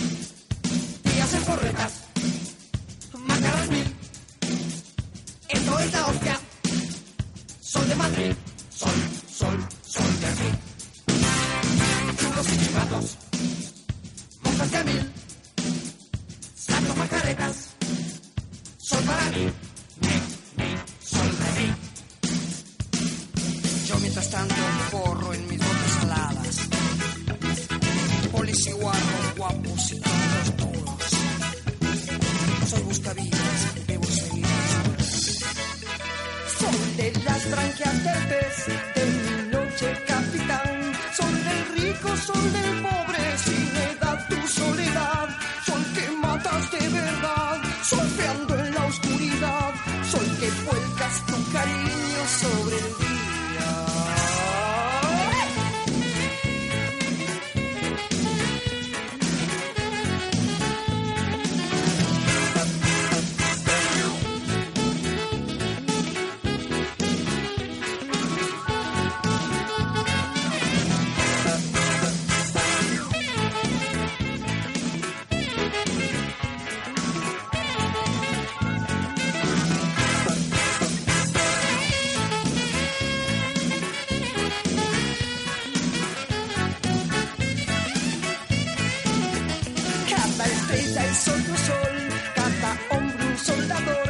Días en porretas, marca las mil. Esto es la hostia. Soy de Madrid, soy, soy, soy de aquí. Chulos y chivatos, monjas de a mil. Santo macaretas, soy para mí, mí, mí, soy de mí. Yo mientras tanto corro en mis botas aladas. Polis y guarros, guapos y todos duros. Soy buscavidas, vivo feliz. Son de las franquias del pez, de mi noche capitán. Son del rico, son del pobre, sin edad tu soledad. Soy que matas de verdad, surfeando en la oscuridad. Soy que vuelcas tu cariño sobre el día. Cada estrella es otro sol, cada hombre un soldador,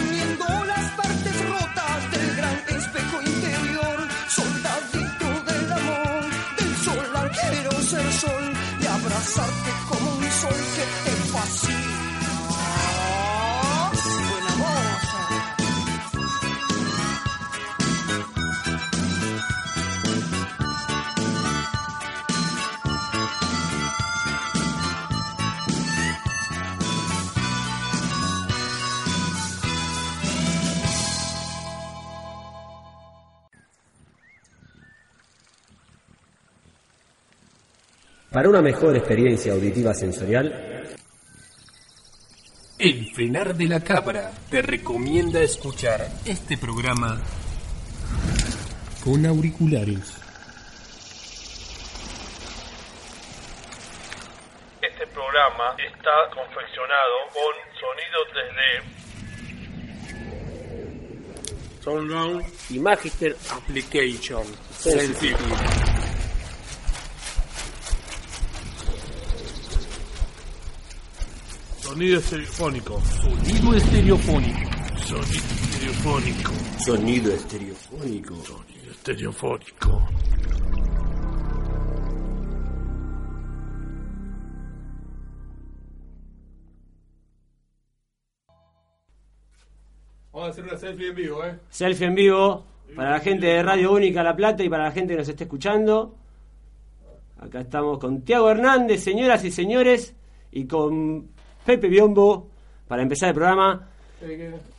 uniendo las partes rotas del gran espejo interior. Soldadito del amor, del solar quiero ser sol y abrazarte como un sol que te fascina. Buena voz. Para una mejor experiencia auditiva sensorial, El frenar de la cabra te recomienda escuchar este programa con auriculares. Este programa está confeccionado con sonido 3D. Soundground Y Magister Application Sensitive. Sonido estereofónico. Sonido estereofónico. Sonido estereofónico. sonido estereofónico. Sonido estereofónico. Vamos a hacer una selfie en vivo, ¿eh? Selfie en vivo para la gente de Radio Única La Plata y para la gente que nos esté escuchando. Acá estamos con Tiago Hernández, señoras y señores, y con Pepe Biombo para empezar el programa.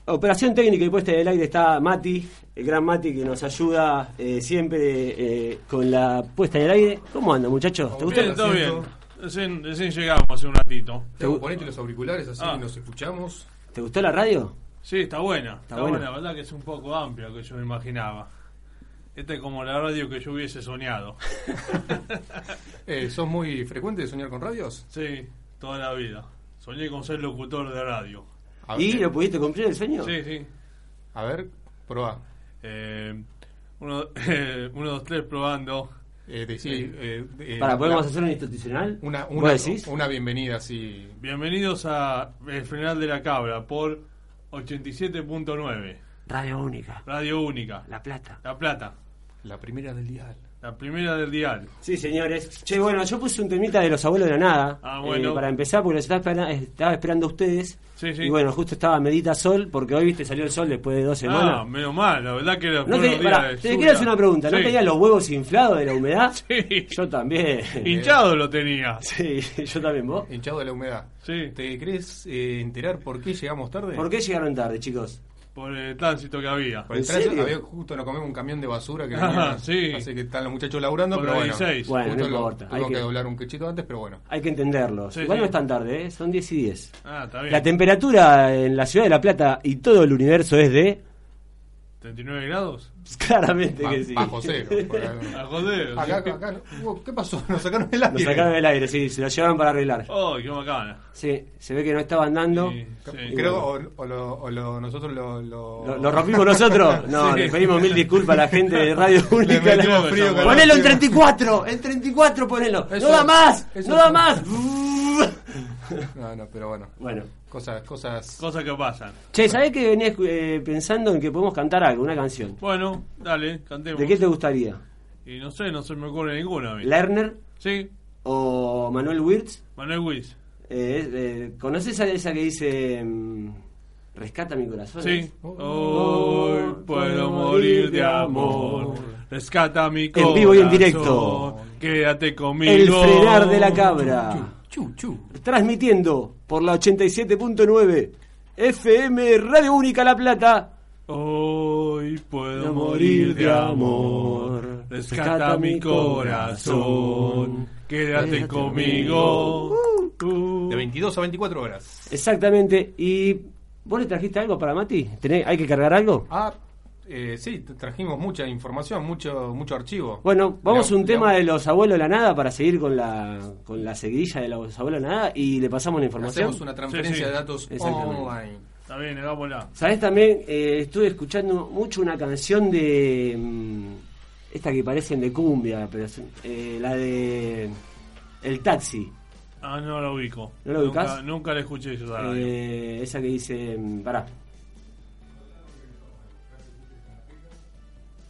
Operación técnica y puesta en el aire está Mati, el gran Mati que nos ayuda eh, siempre eh, con la puesta en el aire. ¿Cómo anda, muchachos? ¿Te gustó? Bien, todo bien. Recién, recién llegamos hace un ratito. Te ponete los auriculares así Ah. nos escuchamos. ¿Te gustó la radio? Sí, está buena. Está, buena. buena. la verdad que es un poco amplia que yo me imaginaba. Esta es como la radio que yo hubiese soñado. Eh, ¿Sos muy frecuente de soñar con radios? Sí, toda la vida. Soñé con ser locutor de radio. A ¿Y ver, lo pudiste cumplir el sueño? Ah, Sí, sí. A ver, probá. Eh, uno, eh, uno, dos, tres probando. Eh, decí, eh, eh, Para, ¿podemos la- hacer un institucional? una, ¿Vos una, decís? una bienvenida así. Bienvenidos a El Frenar de la Cabra por 87.9. Radio Única, Radio Única. La Plata. La Plata. La primera del dial. La primera del dial. Sí, señores. Che, bueno, yo puse un temita de los abuelos de la nada. eh, Ah, bueno. para empezar, porque los estaba, espera- estaba esperando a ustedes. Sí, sí. Y bueno, justo estaba Medita Sol, porque hoy, viste, salió el sol después de dos semanas. Ah, menos mal, la verdad que era No buenos te, días pará, de te lluvia. quiero hacer una pregunta. ¿No Sí. tenías los huevos inflados de la humedad? Sí. Yo también. Hinchado lo tenía. Sí, yo también. ¿Vos? Hinchado de la humedad. Sí. ¿Te crees eh, enterar por qué llegamos tarde? ¿Por qué llegaron tarde, chicos? Por el tránsito que había. Por el ¿En tránsito, serio? había- justo nos comemos un camión de basura que Ajá, venía, sí. así que están los muchachos laburando, Por pero la bueno. 16. Bueno, Justo no lo- importa, hay Tuvimos que... que- doblar un cachito antes, pero bueno. Hay que entenderlos. Sí, Igual sí. no es tan tarde, ¿eh? Son 10 y 10. Ah, está bien. La temperatura en la ciudad de La Plata y todo el universo es de. ¿39 grados? Claramente Ba- que sí. Bajo cero. por ahí. A joder. acá, sí. acá, uh, ¿qué pasó? Nos sacaron el aire. Lo sacaron del aire, sí, se lo llevaron para arreglar. Oh, qué bacana. Sí, se ve que no estaban dando. Sí, sí. Creo, o, o lo, o lo- nosotros lo... Lo, ¿Lo, lo rompimos nosotros? No, Sí. le pedimos mil disculpas a la gente de Radio Única. metimos La- frío, calor, ponelo en frío. 34, en 34 ponelo. Eso- no da más, eso no da es- más. No, no, pero bueno. bueno, Cosas, cosas... Cosas que pasan. che, ¿sabés que venía escu- eh, pensando en que podemos cantar algo, una canción? Bueno, dale, cantemos. ¿De qué te gustaría? Y no sé, no se me ocurre ninguna a mí. ¿Lerner Sí, o Manuel Wirtz? Manuel Wiz. Eh, es- eh, ¿Conoces a esa que dice mm, Rescata mi corazón? Sí. es? Hoy puedo morir de amor. Rescata mi corazón. En vivo y en directo. Quédate conmigo. El frenar de la cabra. Chu, chu. Transmitiendo por la 87.9 FM Radio Única La Plata. Hoy puedo morir de amor. Rescata mi corazón. Quédate conmigo. Uh. De 22 a 24 horas. Exactamente. ¿Y vos le trajiste algo para Mati? ¿Tenés- ¿Hay que cargar algo? Ah, eh, sí, t- trajimos mucha información, mucho mucho archivo. Bueno, vamos Le- a un le- tema de los abuelos de la nada para seguir con la, con la seguidilla de los abuelos de la nada y le pasamos la información. Hacemos una transferencia Sí, sí. de datos Exactamente. online. Está bien, hagámosla. ¿Sabés también? eh, estuve escuchando mucho una canción de. mm, esta que parecen de cumbia, pero es, eh, la de. El taxi. Ah, no la ubico. ¿No la Nunca- ubicás? Nunca la escuché yo. esa radio. Eh, esa que dice. mm, Pará.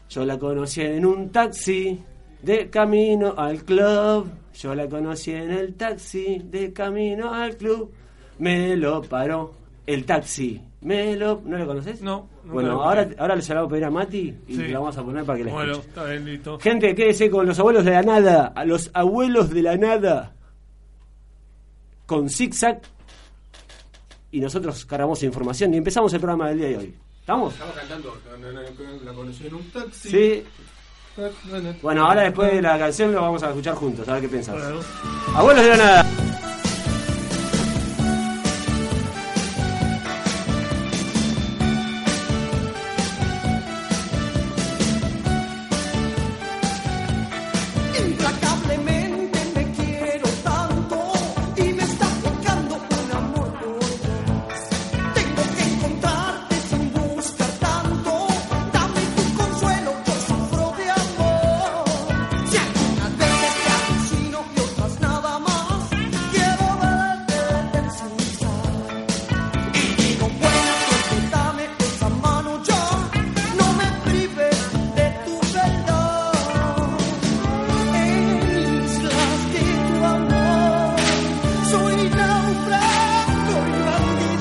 Yo la conocí en un taxi de camino al club. Yo la conocí en el taxi de camino al club. Me lo paró el taxi. Me lo... ¿No lo conoces? No, nunca Bueno, lo escuché. ahora, ahora se la voy a pedir a Mati y Sí. la vamos a poner para que la Bueno, escuche. está bien, listo. Gente, quédese con los abuelos de la nada. A los abuelos de la nada. Con zigzag. Y nosotros cargamos información y empezamos el programa del día de hoy. ¿Estamos? Estaba cantando, no, no, no, la conocí en un taxi. Sí. No, no. Bueno, ahora después de la canción lo vamos a escuchar juntos, a ver qué pensás. Bueno. Abuelos de la nada. Implacablemente me quiero tanto y me está picando un amor por Tengo que encontrarte sin buscar tanto. Dame tu consuelo, por sufro de amor. Si algunas veces te alucino y otras nada más, quiero verte en Y digo, buena suerte, dame esa mano ya. No me prives de tu verdad. En islas de tu amor, soy náufrago y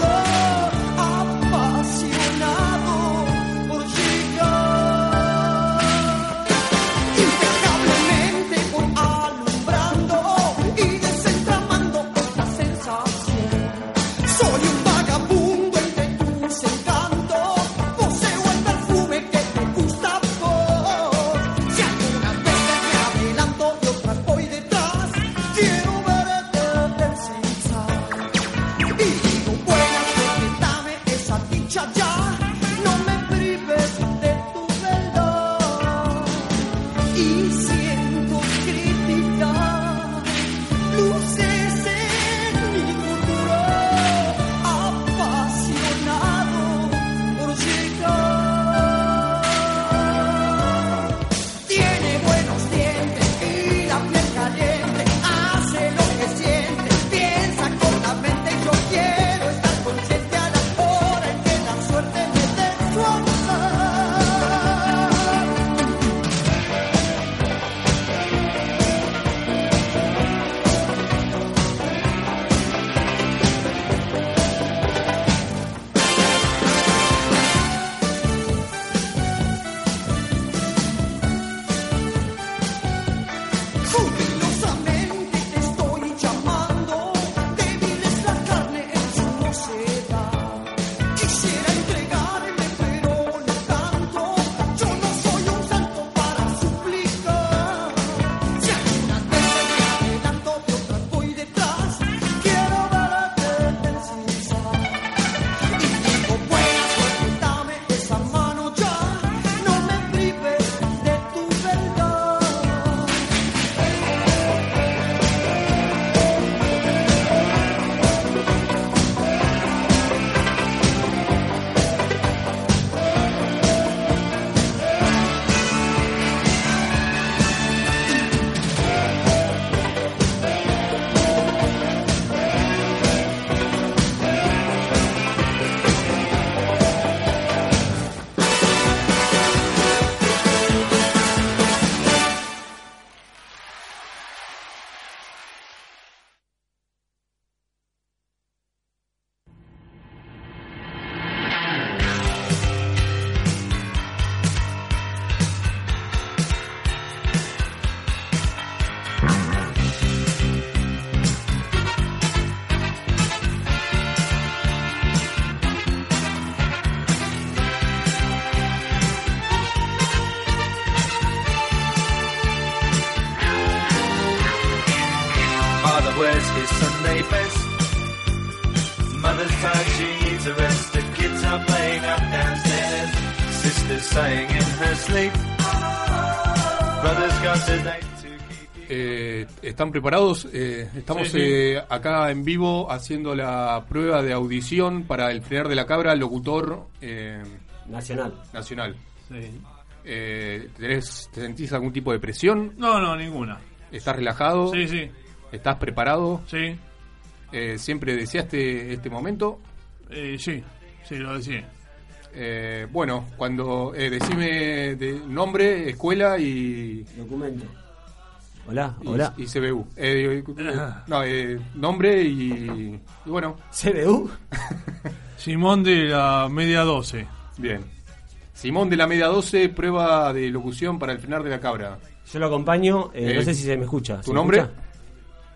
bandido, apasionado por llegar. Impecablemente voy alumbrando y desentramando otra sensación. Soy un vagabundo entre tus encantos, poseo el perfume que te gusta por. Si algunas veces me adelanto y otras voy detrás, quiero verte del zigzag. Y digo, buena suerte, dame esa dicha ya, no me prives de tu verdad. Y siento criticar luces en mi futuro, apasionado por llegar. Tiene buenos dientes y la piel caliente, hace lo que siente, piensa con la mente. Yo quiero estar consciente a la hora en que la suerte me dé su amor. his Sunday best. Mother's tired, she needs a rest. The kids are playing up downstairs. Sister's sighing in her sleep. Brother's got a date to keep. Eh, ¿Están preparados? Eh, estamos Sí, sí. eh, acá en vivo haciendo la prueba de audición para el Frenar de la Cabra, locutor eh, Nacional. nacional. Sí. Eh, ¿tenés- ¿Te sentís algún tipo de presión? No, no, ninguna. ¿Estás relajado? Sí, sí, ¿Estás preparado? sí. Eh, ¿Siempre deseaste este momento? Eh, sí, sí, lo decía. Eh, bueno, cuando eh, decime de nombre, escuela y, Documento. Hola, y- hola. y CBU. Eh, no, eh, nombre y, y bueno, ¿CBU? Simón de la media 12. bien. Simón de la media 12, prueba de locución para el frenar de la cabra. Yo lo acompaño, eh, no Eh, sé si se me escucha. ¿Tu ¿Se me nombre? escucha?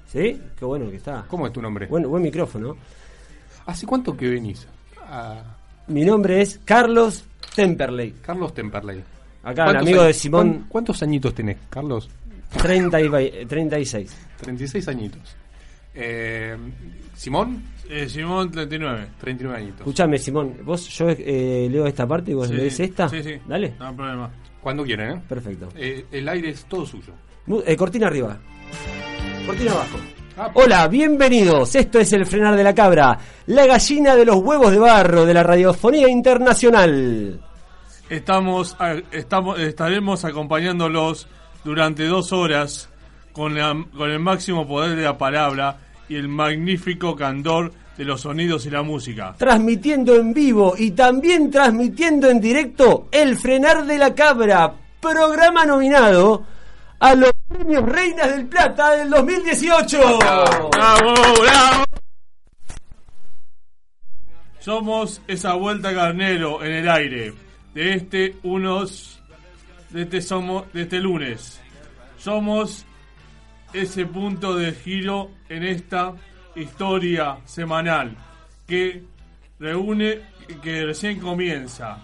¿Sí? Qué bueno que está. ¿Cómo es tu nombre? Bueno, buen micrófono. ¿Hace cuánto que venís? A Mi nombre es Carlos Temperley. Carlos Temperley. Acá, el ¿Cuántos amigo años- de Simón, cuán- ¿Cuántos añitos tenés, Carlos? 30 y vai- eh, 36. 36 añitos. Eh, Simón, Eh, Simón 39. 39 añitos. Escuchame, Simón, vos, yo eh, leo esta parte y vos Sí, lees esta. Sí, sí. Dale. No hay problema. Cuando quieran, ¿eh? Perfecto. Eh, El aire es todo suyo. Bu- eh, cortina arriba. Cortina abajo. Ah, pues. Hola, bienvenidos. Esto es el frenar de la cabra, la gallina de los huevos de barro de la radiofonía internacional. Estamos, a- estamos, estaremos acompañándolos durante dos horas con, la- con el máximo poder de la palabra y el magnífico candor de los sonidos y la música. transmitiendo en vivo y también transmitiendo en directo El Frenar de la Cabra, programa nominado a los premios Reinas del Plata del 2018. ¡Bravo, bravo! Somos esa vuelta carnero en el aire. De este unos. De este somos. De este lunes. Somos ese punto de giro en esta historia semanal que reúne que recién comienza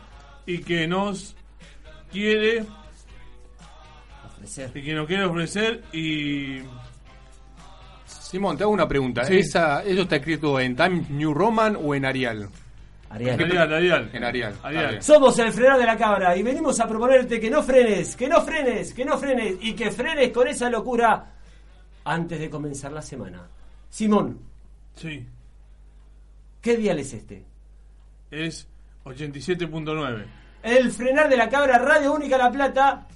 y que nos quiere y que nos quiere ofrecer y Simón, te hago una pregunta. ¿eh? Sí. Esa, ¿Eso está escrito en Times New Roman o en Arial? Ariel. Arial, Arial. En Arial. está Arial. bien. Somos el frenar de la cabra y venimos a proponerte que no frenes, que no frenes, que no frenes y que frenes con esa locura antes de comenzar la semana. Simón, Sí, ¿qué dial es este? es 87.9. El frenar de la cabra, Radio Única La Plata,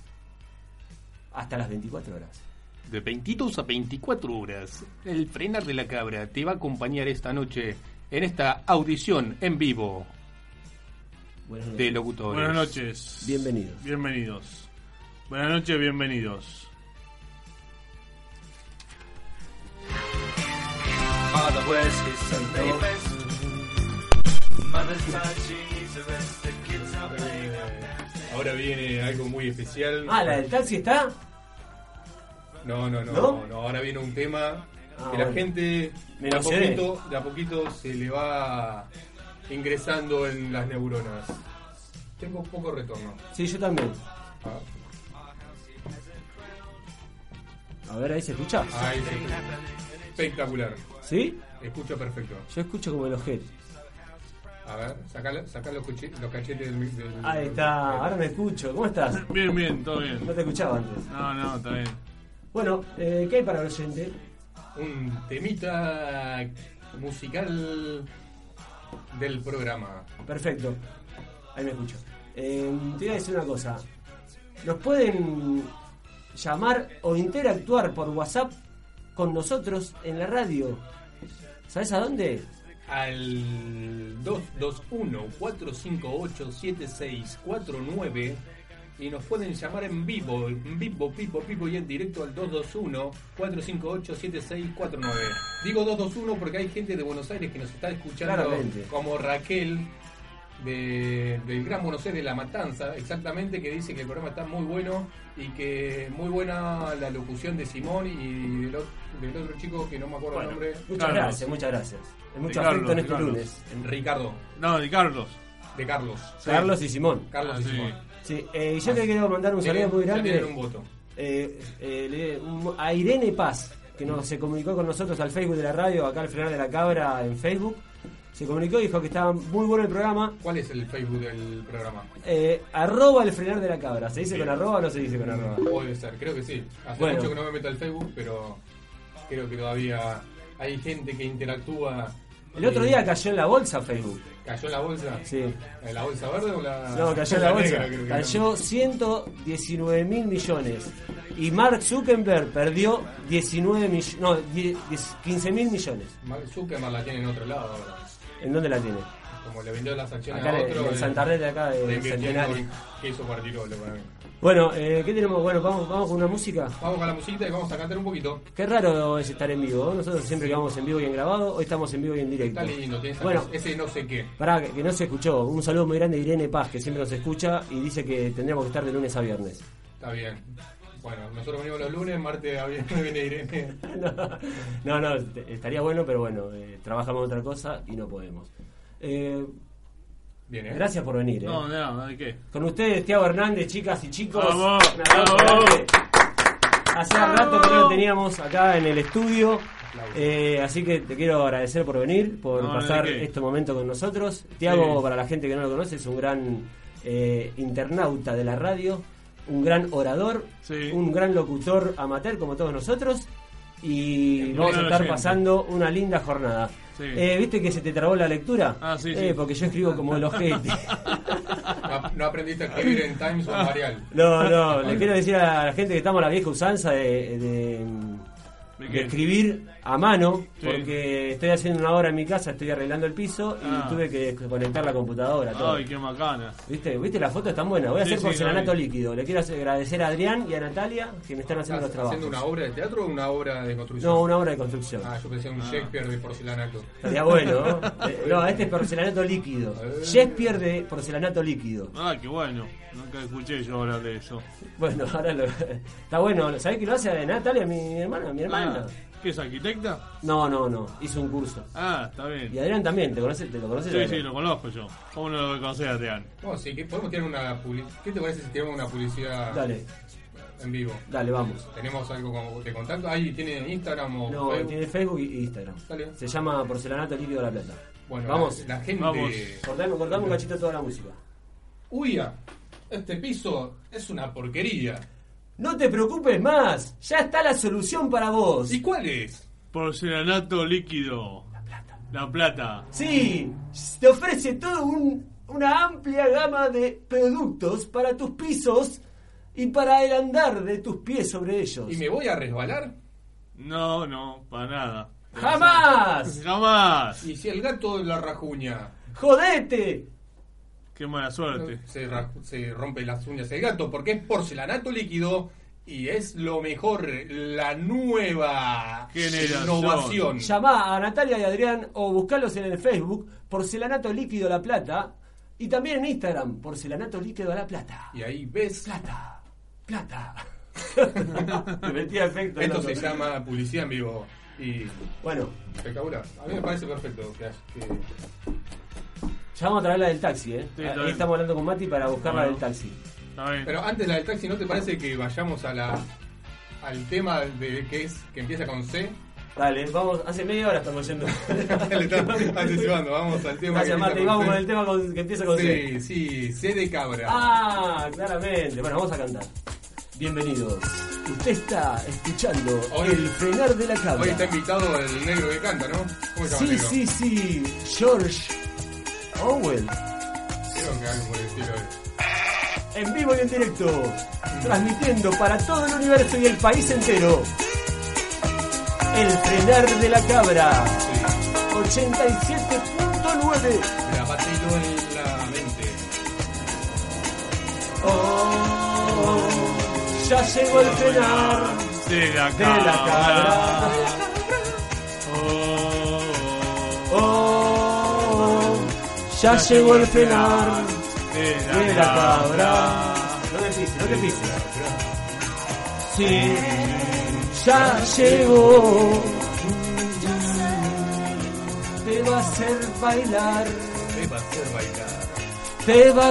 hasta las 24 horas. De 22 a 24 horas, el frenar de la cabra te va a acompañar esta noche en esta audición en vivo Buenas noches. de locutores. Buenas noches. Bienvenidos. Bienvenidos. Buenas noches, bienvenidos. Father wears his Sunday best. Mother's tired, she needs a rest. The kids are playing up Ahora viene algo muy especial. Ah, la del taxi está. No, no, no, ¿No? no, ahora viene un tema Ah, que la bueno. gente Me de a, emocioné. poquito, de a poquito se le va ingresando en las neuronas. Tengo poco retorno. Sí, yo también. Ah, A ver, ahí se escucha. ahí se escucha. Espectacular. ¿Sí? Escucha perfecto. Yo escucho como el ojete. A ver, saca, saca los, cuche- los cachetes del, mic- del- Ahí está, ahora me escucho. ¿Cómo estás? Bien, bien, todo bien. No te escuchaba antes. No, no, está bien. Bueno, eh, ¿qué hay para el oyente? Un temita musical del programa. Perfecto. Ahí me escucho. Eh, te voy a decir una cosa. Nos pueden llamar o interactuar por WhatsApp con nosotros en la radio. ¿Sabes a dónde? al 221-458-7649 y nos pueden llamar en vivo, en vivo, pipo, pipo y en directo al 221-458-7649. Digo 221 porque hay gente de Buenos Aires que nos está escuchando Claramente. como Raquel. de- del Gran Buenos Aires de La Matanza, exactamente, que dice que el programa está muy bueno y que muy buena la locución de Simón y del, ot- del otro chico que no me acuerdo Bueno. el nombre, Muchas Carlos. gracias, muchas gracias. Es mucho Carlos, afecto en de este Carlos. lunes. Ricardo. No, de Carlos. De Carlos. Carlos y Simón. Carlos Ah, y sí. Simón. Sí, eh, yo le quiero mandar un Ya saludo muy tienen- ya tienen un grande voto. eh, eh, le- un- a Irene Paz. que nos, se comunicó con nosotros al Facebook de la radio, acá al Frenar de la Cabra en Facebook. Se comunicó y dijo que estaba muy bueno el programa. ¿Cuál es el Facebook del programa? Eh, arroba el frenar de la cabra. ¿Se dice con arroba o no se dice con arroba? Puede ser, creo que sí. Hace Bueno. mucho que no me meto al Facebook, pero creo que todavía hay gente que interactúa. El otro y- día cayó en la bolsa Facebook. ¿Cayó en la bolsa? Sí. ¿En ¿La bolsa verde o Ah, la.? No, cayó en la bolsa. negra, creo que Cayó 119 mil millones. Y Mark Zuckerberg perdió 19 millones. No, 15 mil millones. era. Mark Zuckerberg la tiene en otro lado ahora. ¿En dónde la tiene? Como le vendió las acciones Acá a en- otro. en eh, Santander de acá, de le invirtió en Centenario. Que hizo Guardirolo para mí. Bueno, eh, ¿qué tenemos? Bueno, vamos, vamos con una música. Vamos con la musiquita y vamos a cantar un poquito. Qué raro es estar en vivo. ¿no? Nosotros siempre que vamos en vivo y en grabado, hoy estamos en vivo y en directo. Está lindo, tiene esa- Bueno, ese no sé qué. Pará, que, que no se escuchó. Un saludo muy grande a Irene Paz, que siempre nos escucha y dice que tendríamos que estar de lunes a viernes. Está bien. Bueno, nosotros venimos los lunes, martes a viernes viene Irene. No, no, te- estaría bueno, pero bueno, eh, trabajamos en otra cosa y no podemos. Eh, Viene. gracias por venir. eh. No, no, no, ¿de qué? Con ustedes, Tiago Hernández, chicas y chicos. Vamos, Un aplauso bravo. grande. Hace rato que no lo teníamos acá en el estudio. eh, así que te quiero agradecer por venir, por No, no, pasar ¿de qué? este momento con nosotros. Tiago, Sí. para la gente que no lo conoce, es un gran eh, internauta de la radio, un gran orador, Sí. un gran locutor amateur como todos nosotros. Y Un vamos a gran estar oyente. pasando una linda jornada. Sí. Eh, ¿Viste que se te trabó la lectura? Ah, sí, Eh, sí. Porque yo escribo como los gente. No, no aprendiste a escribir en Times o en Varial. No, no, le quiero decir a la gente que estamos a la vieja usanza de, de- ¿De de qué? escribir a mano, Sí. porque estoy haciendo una obra en mi casa, estoy arreglando el piso y Ah. tuve que desconectar la computadora. Todo. Ay, qué macana. ¿Viste? ¿Viste? La foto es tan buena. Voy a Sí, hacer sí, porcelanato la vi. líquido. Le quiero hacer- agradecer a Adrián y a Natalia que me están Ah, haciendo ¿Estás los trabajos. haciendo una obra de teatro o una obra de construcción? No, una obra de construcción. Ah, yo pensé en un Shakespeare de porcelanato. Estaría bueno. ¿no? Eh, No, este es porcelanato líquido. Shakespeare de porcelanato líquido. Ah, qué bueno. Nunca escuché yo hablar de eso. Bueno, ahora lo- está bueno. ¿Sabés que lo hace Natalia, mi hermana? Mi Ah, hermana. ¿Qué es arquitecta? No, no, no. Hizo un curso. Ah, está bien. Y Adrián también, ¿te, conoces, te lo conoces? Sí, Adrián? sí, lo conozco yo. ¿Cómo no lo conoces, Adrián? No, sí, que podemos tirar una publicidad. ¿Qué te parece si tiramos una publicidad Dale, en vivo? dale, vamos. ¿Tenemos algo como de contacto? Ahí tiene Instagram o No, Facebook. tiene Facebook y y Instagram. Dale. Se llama Porcelanato Líquido de la Plata. Bueno, vamos. La, la gente. Vamos. Cortame, cortame un cachito toda la música. Uy, ah, este piso es una porquería. No te preocupes más, ya está la solución para vos. ¿Y cuál es? Porcelanato líquido. La plata. La plata. Sí, te ofrece toda una amplia gama de productos para tus pisos y para el andar de tus pies sobre ellos. ¿Y me voy a resbalar? No, no, para nada. ¡Jamás! Jamás. ¿Y si el gato la rajuña? ¡Jodete! Qué mala suerte. Se, ra- se rompe las uñas el gato porque es porcelanato líquido y es lo mejor, la nueva Generación. innovación. Llamá a Natalia y Adrián o buscalos en el Facebook Porcelanato Líquido La Plata y también en Instagram Porcelanato Líquido La Plata. Y ahí ves. Plata, plata. Te metí efecto. Esto loco. se llama publicidad en vivo y Bueno, espectacular. A mí me parece perfecto que, que- ya vamos a traer la del taxi, ¿eh? Sí, Ahí está bien. estamos hablando con Mati para buscar la Bueno. del taxi. Está bien. Pero antes la del taxi, ¿no te parece que vayamos a la al tema de que es que empieza con C? Dale, vamos, hace media hora estamos yendo. Le estamos anticipando, vamos al tema. que Gracias, Mati. empieza Vamos con C. el tema con- que empieza con C. Sí, sí, C de cabra. Ah, claramente. Bueno, vamos a cantar. Bienvenidos. Usted está escuchando Hoy- el frenar de la cabra. Hoy está invitado el negro que canta, ¿no? ¿Cómo se llama el Sí, negro? sí, sí, George Owen, Creo que algo por el estilo es. en vivo y en directo, transmitiendo para todo el universo y el país entero. El frenar de la cabra, 87.9. Grabatelo en la mente. Oh, ya llegó el frenar De la de la Ah. cabra. Oh, oh, Oh, ya llegó el frenar de la cabra. No te pises, no te pises. Sí, ya llegó. Te va a hacer bailar, Te va a hacer bailar. te va a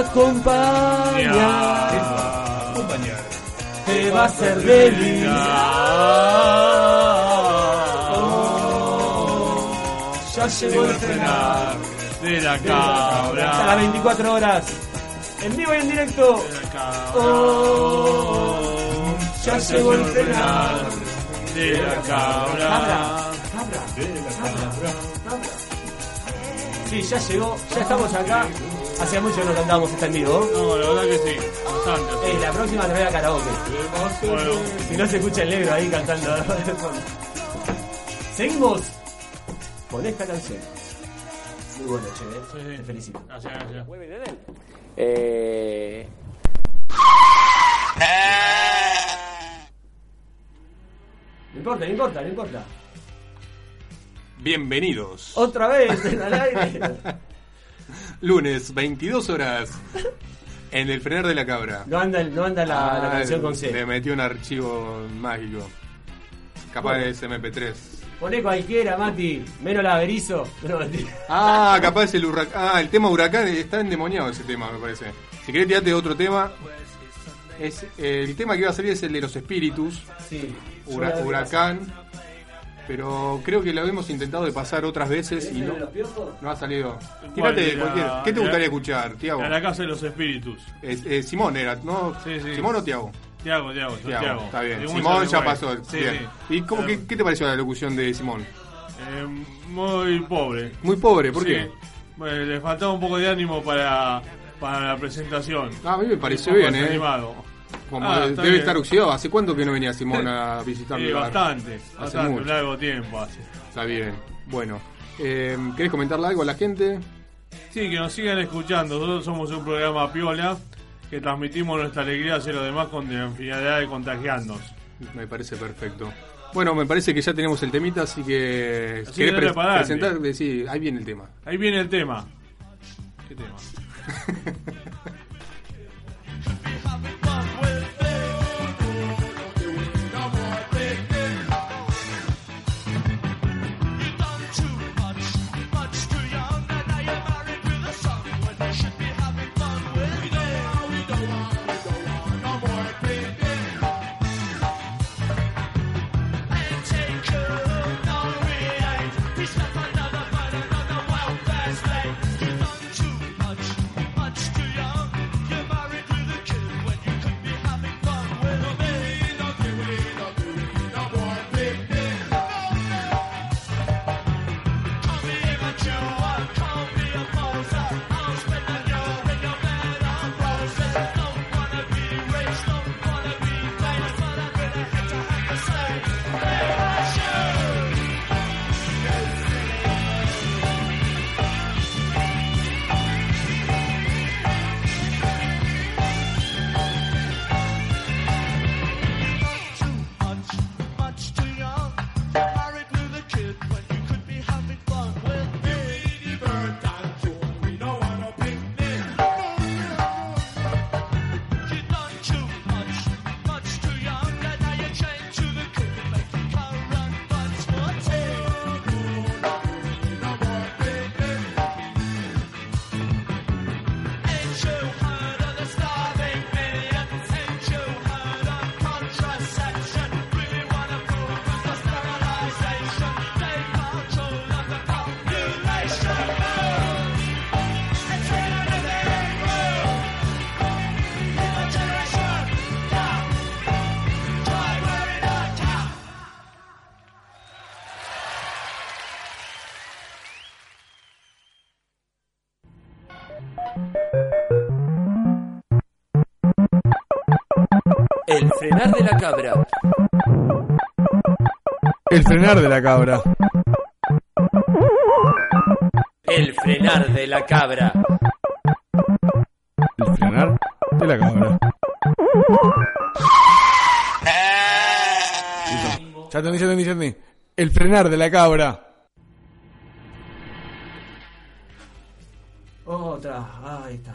Ya. acompañar, Acompañar. te va a hacer delirar. no llegó el frenar. de la Hasta las cabra. 24 horas. En vivo y en directo. De la cabra. Oh, ya llegó el frenar. De la cabra. Cabra. Sí, ya llegó. Ya estamos acá. Hace mucho que no cantábamos esta en vivo. No, la verdad que sí. Bastante. Eh, la próxima te voy a karaoke. sí. Bueno, Si no se escucha el negro ahí cantando. Seguimos con esta canción. Muy bueno, che. eh. Sí, sí. Te felicito. gracias, gracias. No importa, no importa, no importa. Bienvenidos. Otra vez al aire. Lunes, 22 horas. En el frenar de la cabra. No anda, no anda la, la Ah, canción con Le C. metí un archivo mágico. Capaz Bueno. es MP3. Poné cualquiera, Mati. Menos la averizo. No, mentira. Ah, capaz es el huracán. Ah, el tema huracán está endemoniado ese tema, me parece. Si querés, tirate otro tema. Es, eh, el tema que iba a salir es el de los espíritus, Sí. hura- Yo la- huracán. Pero creo que lo hemos intentado de pasar otras veces y ¿Ese no, de los piojos? no ha salido. ¿Cuál Tirate de era? cualquiera. ¿Qué te Era- gustaría escuchar, Tiago? A la casa de los espíritus. Eh, eh, Simón era, ¿no? Sí, sí. ¿Simón o Tiago? Tiago, Tiago, yo Tiago, Tiago. Está bien. De Simón Wilson, ya de pasó. Uruguay. Sí, bien. sí. ¿Y cómo, Claro. qué, qué te pareció la locución de Simón? Eh, muy pobre. Muy pobre, ¿por Sí. qué? Bueno, le faltaba un poco de ánimo para, para la presentación. Ah, a mí me pareció Un poco bien, ¿eh? desanimado. Como Ah, de- está debe bien. estar oxidado. ¿Hace cuánto que no venía Simón a visitar Sí, mi bar? Eh, bastante, bastante, mucho. un largo tiempo hace. Está bien. Bueno, eh, ¿querés comentarle algo a la gente? Sí, que nos sigan escuchando. Nosotros somos un programa piola que transmitimos nuestra alegría hacia los demás con la finalidad de contagiarnos. Me parece perfecto. Bueno, me parece que ya tenemos el temita, así que... Así ¿Querés que dale para adelante. presentar? Eh, Sí, ahí viene el tema. Ahí viene el tema. ¿Qué tema? El frenar de la cabra. El frenar de la cabra. El frenar de la cabra. El frenar de la cabra. Ya entendí, ya entendí, ya entendí. El frenar de la cabra. Otra. Ahí está.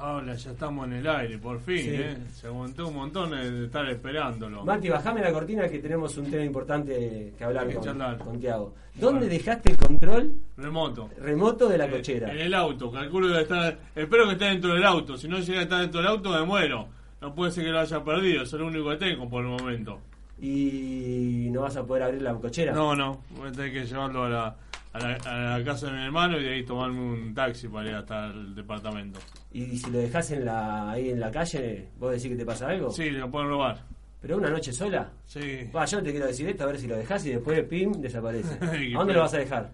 Ahora ya estamos en el aire, por fin, Sí. ¿eh? Se aguantó un montón de estar esperándolo. Mati, bajame la cortina que tenemos un tema importante que hablar Hay que con, charlar. con Tiago. ¿Dónde dejaste el control Remoto. remoto Eh, de la cochera? En el auto, calculo que está. Espero que esté dentro del auto. Si no llega a estar dentro del auto, me muero. No puede ser que lo haya perdido, es lo único que tengo por el momento. ¿Y no vas a poder abrir la cochera? No, no, voy a tener que llevarlo a la, a la, a la casa de mi hermano y de ahí tomarme un taxi para ir hasta el departamento. Y, y si lo dejás en la, ahí en la calle, ¿vos decís que te pasa algo? Sí, lo pueden robar. Pero una noche sola. Sí. Va, yo no te quiero decir esto, a ver si lo dejás y después, pim, desaparece. Qué ¿A feo. dónde lo vas a dejar?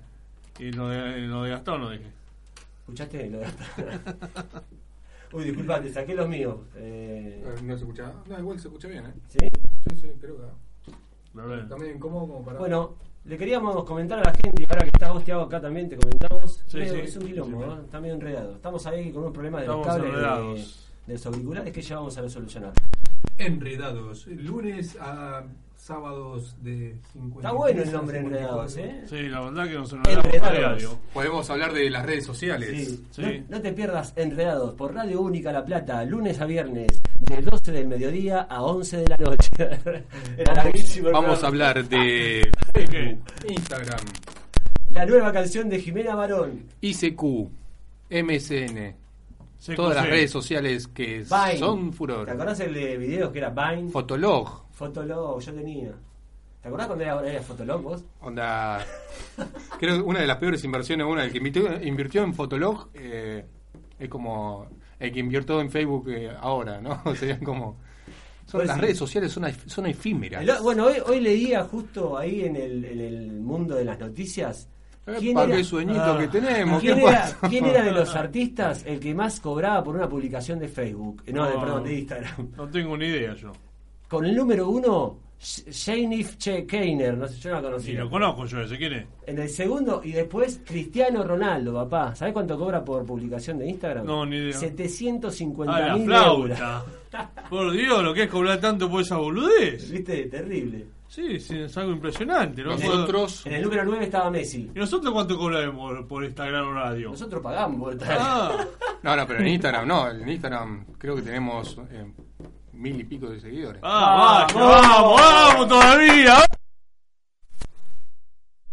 Y lo de, lo de Gastón lo dejé. ¿Escuchaste? Lo dejaste. Uy, disculpa, te saqué los míos. Eh, Eh, ¿No se escuchaba? No, igual se escucha bien, ¿eh? ¿Sí? Sí, sí, creo que. Lo de- También incómodo como para. Bueno, le queríamos comentar a la gente, y ahora que está vos, Tiago, acá también te comentamos. Sí, Medio- sí. es un quilombo, Sí, ¿eh? está medio enredado. Estamos ahí con un problema de los Estamos cables enredados. de, de los auriculares que ya vamos a solucionar. Enredados. Lunes a sábados de 50. Está bueno el nombre enredados, ¿eh? Sí, la verdad que nos Enredados. enredamos diario. Podemos hablar de las redes sociales. Sí. Sí. No, no te pierdas Enredados por Radio Única La Plata, lunes a viernes, de 12 del mediodía a 11 de la noche. Era larguísimo el Vamos a programa. hablar de ¿Qué? Facebook, Instagram, La nueva canción de Jimena Barón. ICQ, MSN, Sí, todas las sí. redes sociales que Vine. son ¿Te furor. acordás el de videos que era Vine? Fotolog, Fotolog, yo tenía. ¿Te acordás cuando era, era Fotolog vos? onda. Creo que una de las peores inversiones, una, el que invirtió, invirtió en Fotolog eh, es como el que invirtió en Facebook eh, ahora, ¿no? Serían como. son- Pues las sí. redes sociales son, ef- son efímeras. El- bueno, hoy, hoy leía justo ahí en el, en el mundo de las noticias. Epa, Eh, qué sueñito Ah. que tenemos. ¿Quién ¿qué era, pasó? quién era de los artistas el que más cobraba por una publicación de Facebook? Eh, No, de- No. perdón, de Instagram. No tengo ni idea yo. Con el número uno, Sh- Shanif Che Keiner, no sé, yo no la Si conocía. lo conozco yo ese, ¿quién es? En el segundo, y después Cristiano Ronaldo, papá. ¿Sabés cuánto cobra por publicación de Instagram? No, ni idea. 750 Ah, la mil flauta. Por Dios, lo que es cobrar tanto por esa boludez. ¿Viste? Terrible. Sí, sí, es algo impresionante. ¿no? Nosotros. En el número 9 estaba Messi. ¿Y nosotros cuánto cobramos por Instagram o radio? Nosotros pagamos por estar ahí. Ah, No, no, pero en Instagram no. En Instagram creo que tenemos eh, mil y pico de seguidores. ah, vaya, vamos, vamos todavía. ¿eh?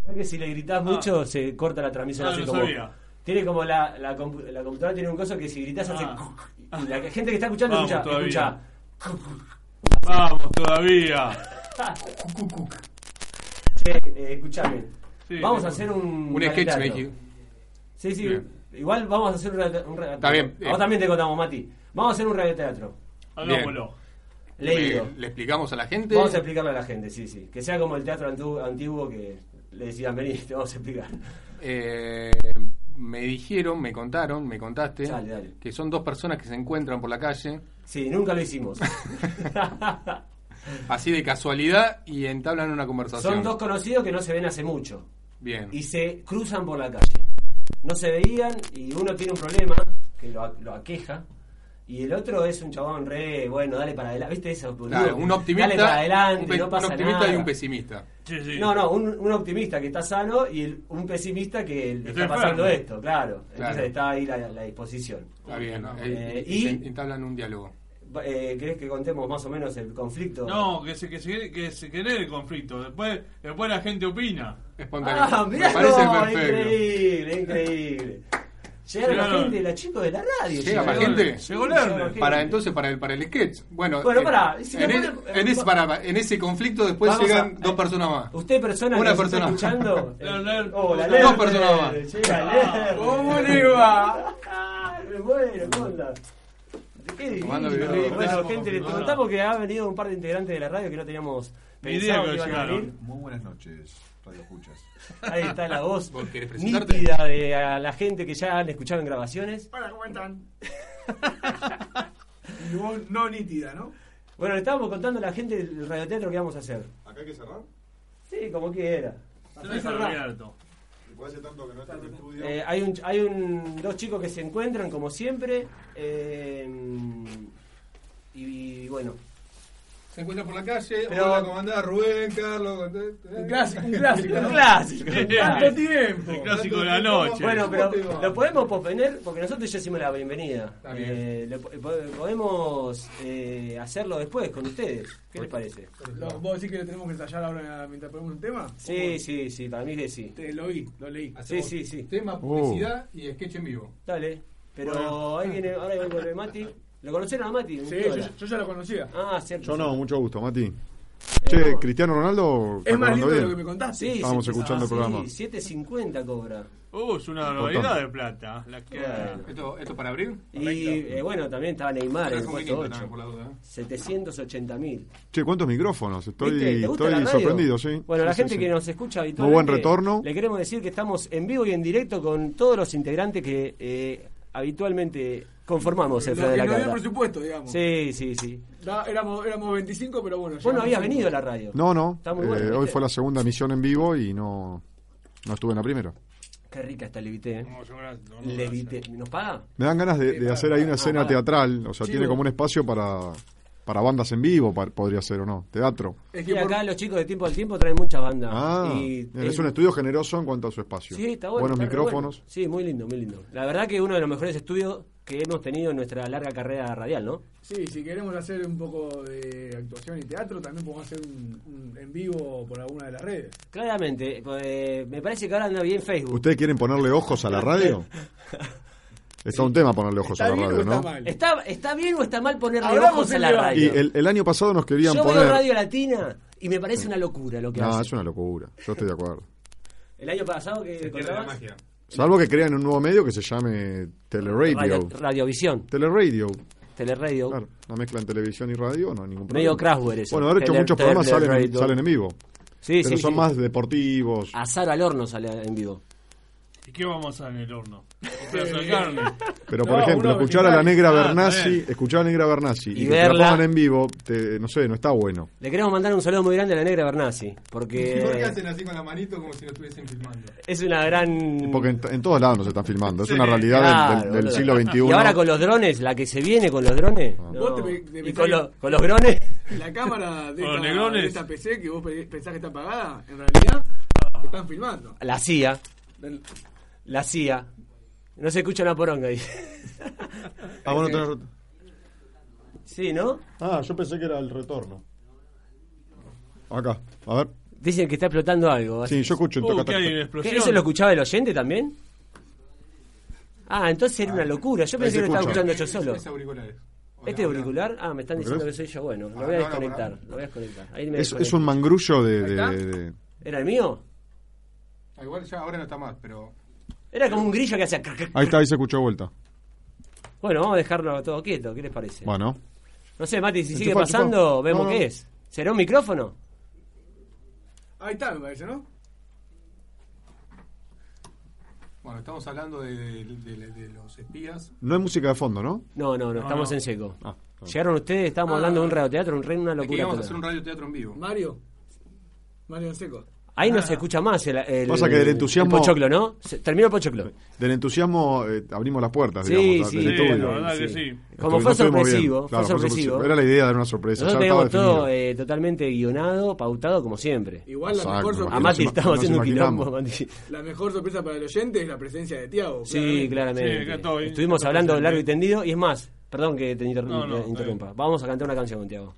¿Sabés que si le gritás mucho se corta la transmisión Ah, así no como. sabía. Tiene como la, la, compu- la computadora tiene un coso que si gritas hace. Ah. Y la gente que está escuchando Vamos escucha, todavía. escucha. Vamos todavía. Che, eh, escuchame. Sí, vamos sí. a hacer un. Un sketch, relatato. me dije. Sí, sí. Bien. Igual vamos a hacer un relata- un radioteatro. Está bien, A bien. vos también te contamos, Mati. Vamos a hacer un radioteatro. Hagámoslo. Leído. Le, le explicamos a la gente. Vamos a explicarle a la gente, sí, sí. Que sea como el teatro antu- antiguo que le decían, vení, te vamos a explicar. Eh, me dijeron, me contaron, me contaste Dale, dale. que son dos personas que se encuentran por la calle, Sí, nunca lo hicimos. así de casualidad, y entablan una conversación. Son dos conocidos que no se ven hace mucho Bien. y se cruzan por la calle. No se veían y uno tiene un problema que lo, a- lo aqueja y el otro es un chabón re, bueno, dale para adelante. ¿Viste eso? boludo? Claro, un optimista, Dale para un, adelante, pe- no pasa un optimista nada. y un pesimista. Sí, sí. No, no, un, un optimista que está sano y el- un pesimista que le Está está pasando enfermo. esto, claro. Entonces Claro. está ahí la, la disposición. Está bien. Eh, eh, y, y- se entablan un diálogo. Eh, ¿Querés que contemos más o menos el conflicto? No, que se, que se, que se genere el conflictáneo. Después, después la gente opina. Espontáneo. Ah, me mirá, parece no, perfecto. increíble, increíble. Llegaron la Llegaron. gente, los chicos de la radio. Llega más llegaron. gente. Llegó Lerner. Para entonces, para el, para el sketch. Bueno, Bueno, en- pará, y si en, le el- ponen- eh, en ese, para- en ese conflicto después Vamos llegan a- dos personas más. Usted, persona Una que nos persona. está escuchando. Oh, La Lerner. Hola, Dos Lerner. personas más. Llega Lerner. le va? Ah, me muero, ¿cómo onda? Qué Tomando divino. birrita. Bueno, gente, les Tomando. contamos que ha venido un par de integrantes de la radio que no teníamos Ni idea pensado que que iban a llegaron. venir. Muy buenas noches, Radio Escuchas. Ahí está la voz ¿Vos querés presentarte? nítida de a la gente que ya han escuchado en grabaciones. Hola, ¿cómo están? Y vos no nítida, ¿no? Bueno, le estábamos contando a la gente el radioteatro que vamos a hacer. ¿Acá hay que cerrar? Sí, como quiera. Tenés abierto. Porque hace tanto que no está en el estudio. Eh, hay un, hay un, dos chicos que se encuentran, como siempre. eh, y, bueno, Se encuentra por la calle. Pero- Hola, ¿cómo andás? Rubén, Carlos. eh, clásico, un clásico. un clásico. Tanto tiempo! El clásico de la noche. Bueno, ¿Cómo pero te va? lo podemos posponer porque nosotros ya hicimos la bienvenida. Está bien. Eh, lo po- po- podemos eh, hacerlo después con ustedes. ¿Qué les parece? ¿Vos decís que lo tenemos que ensayar ahora mientras ponemos un tema? Sí, sí, sí, para mí que sí. Te lo vi, lo leí. Sí, sí, sí. Tema, publicidad y sketch en vivo. Dale. Pero ahí viene, ahora viene con el Mati. ¿Lo conocieron a Mati? Sí, yo, yo ya lo conocía. Ah, cierto. Yo no, mucho gusto, Mati. Eh, Che, Cristiano Ronaldo. Es más ¿está cobrando lindo de bien? lo que me contaste. Sí, Estábamos sí, escuchando el sí. programa. 7.50 cobra. Uh, es una barbaridad de plata. La que- ¿Esto, ¿Esto para abrir? Y eh, bueno, también estaba Neymar en el Trajo un puesto vinito también, 8. 780 mil. Che, ¿cuántos micrófonos? ¿Viste? Estoy, ¿Te gusta la estoy radio? sorprendido, sí. Bueno, la Sí, sí, gente sí. que nos escucha Muy habitualmente. buen retorno. Le queremos decir que estamos en vivo y en directo con todos los integrantes que eh, habitualmente conformamos el Los Fla de que la no había Cabra. presupuesto, digamos. Sí, sí, sí. Da- éramos, éramos 25, pero bueno. Vos no llegamos habías a- venido a la radio. No, no. Está muy eh, bueno, hoy ¿viste? fue la segunda emisión en vivo y no, no estuve en la primera. Qué rica está Levité. ¿eh? no, Levité. ¿Nos paga? Me dan ganas de, de hacer ahí una escena para. teatral. O sea, Sí, tiene vos. como un espacio para, para bandas en vivo, pa- podría ser o no. Teatro. Es que acá los chicos de tiempo al tiempo traen muchas bandas. Ah, Y mira, es un estudio generoso en cuanto a su espacio. Sí, está bueno. Buenos está re micrófonos. bueno. Sí, muy lindo, muy lindo. La verdad que uno de los mejores estudios que hemos tenido en nuestra larga carrera radial, ¿no? Sí, si queremos hacer un poco de actuación y teatro, también podemos hacer un, un en vivo por alguna de las redes. Claramente. eh, me parece que ahora anda bien Facebook. ¿Ustedes quieren ponerle ojos a la radio? Está un tema ponerle ojos a la radio, ¿no? ¿Está, está bien o está mal ponerle Hablamos ojos a en la debate. Y radio? el, el año pasado nos querían Yo poner. veo Radio Latina y me parece una locura lo que no, hace. es una locura. Yo estoy de acuerdo. El año pasado que contabas, Salvo que crean un nuevo medio que se llame Teleradio. Radio- Radiovisión. Teleradio. Teleradio. Claro, una mezcla en televisión y radio, no hay ningún problema. Medio Kraftwerk eso. Bueno, ahora he hecho Tele- muchos programas salen, Teleradio. salen en vivo. Sí, Pero sí, son sí. más deportivos. Azar al horno sale en vivo. ¿Y qué vamos a hacer en el horno? Un pedazo de carne. Pero, por ejemplo, escuchar a la Ah, negra Bernasi, escuchar a la negra Bernasi y, Ah, Y que te la verla. pongan en vivo, te- no sé, no está bueno. Le queremos mandar un saludo muy grande a la negra Bernasi, ¿Y por qué porque hacen así con la manito como si lo estuviesen filmando? es una gran... Porque en, en todos lados nos están filmando. Es Sí, una realidad del- claro, del, del boludo. siglo XXI. Y ahora con los drones, la que se viene con los drones. Vos no. te pe- te y pensás con, que- los- con los drones. La cámara de, Con los esta, negrones. de esta PC que vos pe- pensás que está apagada, en realidad te están filmando. La CIA. Del- La CIA. No se escucha una poronga ahí. Ah, Eh, bueno, tenés razón. Sí, ¿no? Ah, yo pensé que era el retorno. Acá, a ver. Dicen que está explotando algo. Sí, Uh, yo escucho un ¿Qué, toca- toca- ¿Eso lo escuchaba el oyente también? Ah, entonces era una locura. Yo Ahí pensé se que lo estaba escucha. escuchando yo solo. Es auriculares. ¿Este auricular? Ah, me están diciendo ¿Lo Ah, que soy yo. Bueno, lo voy a no, no, desconectar. Lo voy a desconectar. Ahí me Es, es desconecto. un mangrullo de. Ahí está. de- de- ¿Era el mío? Ah, igual ya ahora no está más, pero. Era como un grillo que hacía... cr- cr- Ahí está, ahí se escuchó de vuelta. Bueno, vamos a dejarlo todo quieto. ¿Qué les parece? Bueno, No sé, Mati, si sigue Enchufá, pasando, enchufá. vemos No, no. qué es. ¿Será un micrófono? Ahí está, me parece, ¿no? Bueno, estamos hablando de, de- de- de los espías. no hay música de fondo, ¿no? No, no, no, estamos no. en seco. Ah, no. Llegaron ustedes, Ah. estábamos hablando de un radioteatro, un reino, una Aquí locura. vamos a total. hacer un radioteatro en vivo. Mario. Mario en seco. Ahí Ah. no se escucha más el, el, Pasa que del entusiasmo- el pochoclo, ¿no? Se- Terminó el pochoclo. Del entusiasmo eh, abrimos las puertas, Sí, digamos, sí, del sí, estudio. la verdad que sí. Como fue Estuvo- no estuvimos bien. sorpresivo, Claro, fue sorpresivo. Era la idea de una sorpresa. Nosotros ya estaba teníamos todo definido. eh, totalmente guionado, pautado, como siempre. Igual la Exacto, mejor, porque sorpresa, A Mati nos ima- estamos nos haciendo un imaginamos. quilombo, Mati. la mejor sorpresa para el oyente es la presencia de Tiago. Sí, claramente. Sí, acá estoy. Estuvimos Acá hablando presente. largo y tendido, y es más, perdón que te inter- No, no, te está interrumpa. Vamos a cantar una canción, Tiago.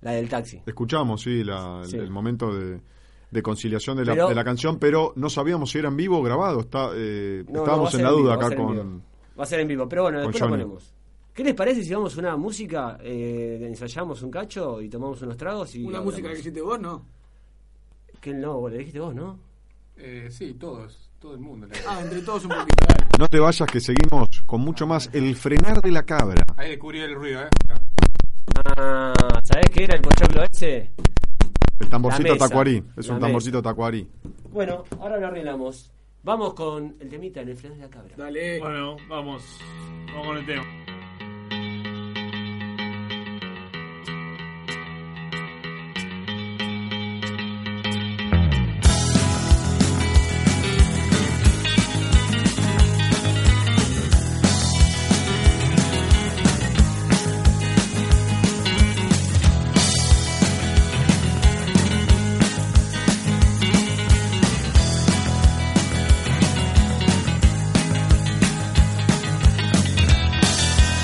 La del taxi. Escuchamos, sí, la- Sí. el momento de, de conciliación de la, Pero- de la canción, pero no sabíamos si era en vivo o grabado. Está, eh, No, no, va a estábamos ser en la vivo, duda va a acá ser en vivo. con. Va a ser en vivo, pero bueno, con después lo Johnny. ponemos. ¿Qué les parece si vamos a una música, eh, ensayamos un cacho y tomamos unos tragos y... Una hablamos? música que hiciste vos, ¿no? Que no, vos le dijiste vos, ¿no? Eh, sí, todos, todo el mundo. la- Ah, entre todos un poquito. dale. No te vayas, que seguimos con mucho más. El frenar de la cabra. Ahí descubrí el ruido, ¿eh? Ah, ¿sabés qué era el pochoclo ese? El tamborcito La mesa. tacuarí. Es La un tamborcito tacuarí. Bueno, ahora lo arreglamos. Vamos con el temita en el flan de la cabra. Dale. Bueno, vamos. Vamos con el tema. Thank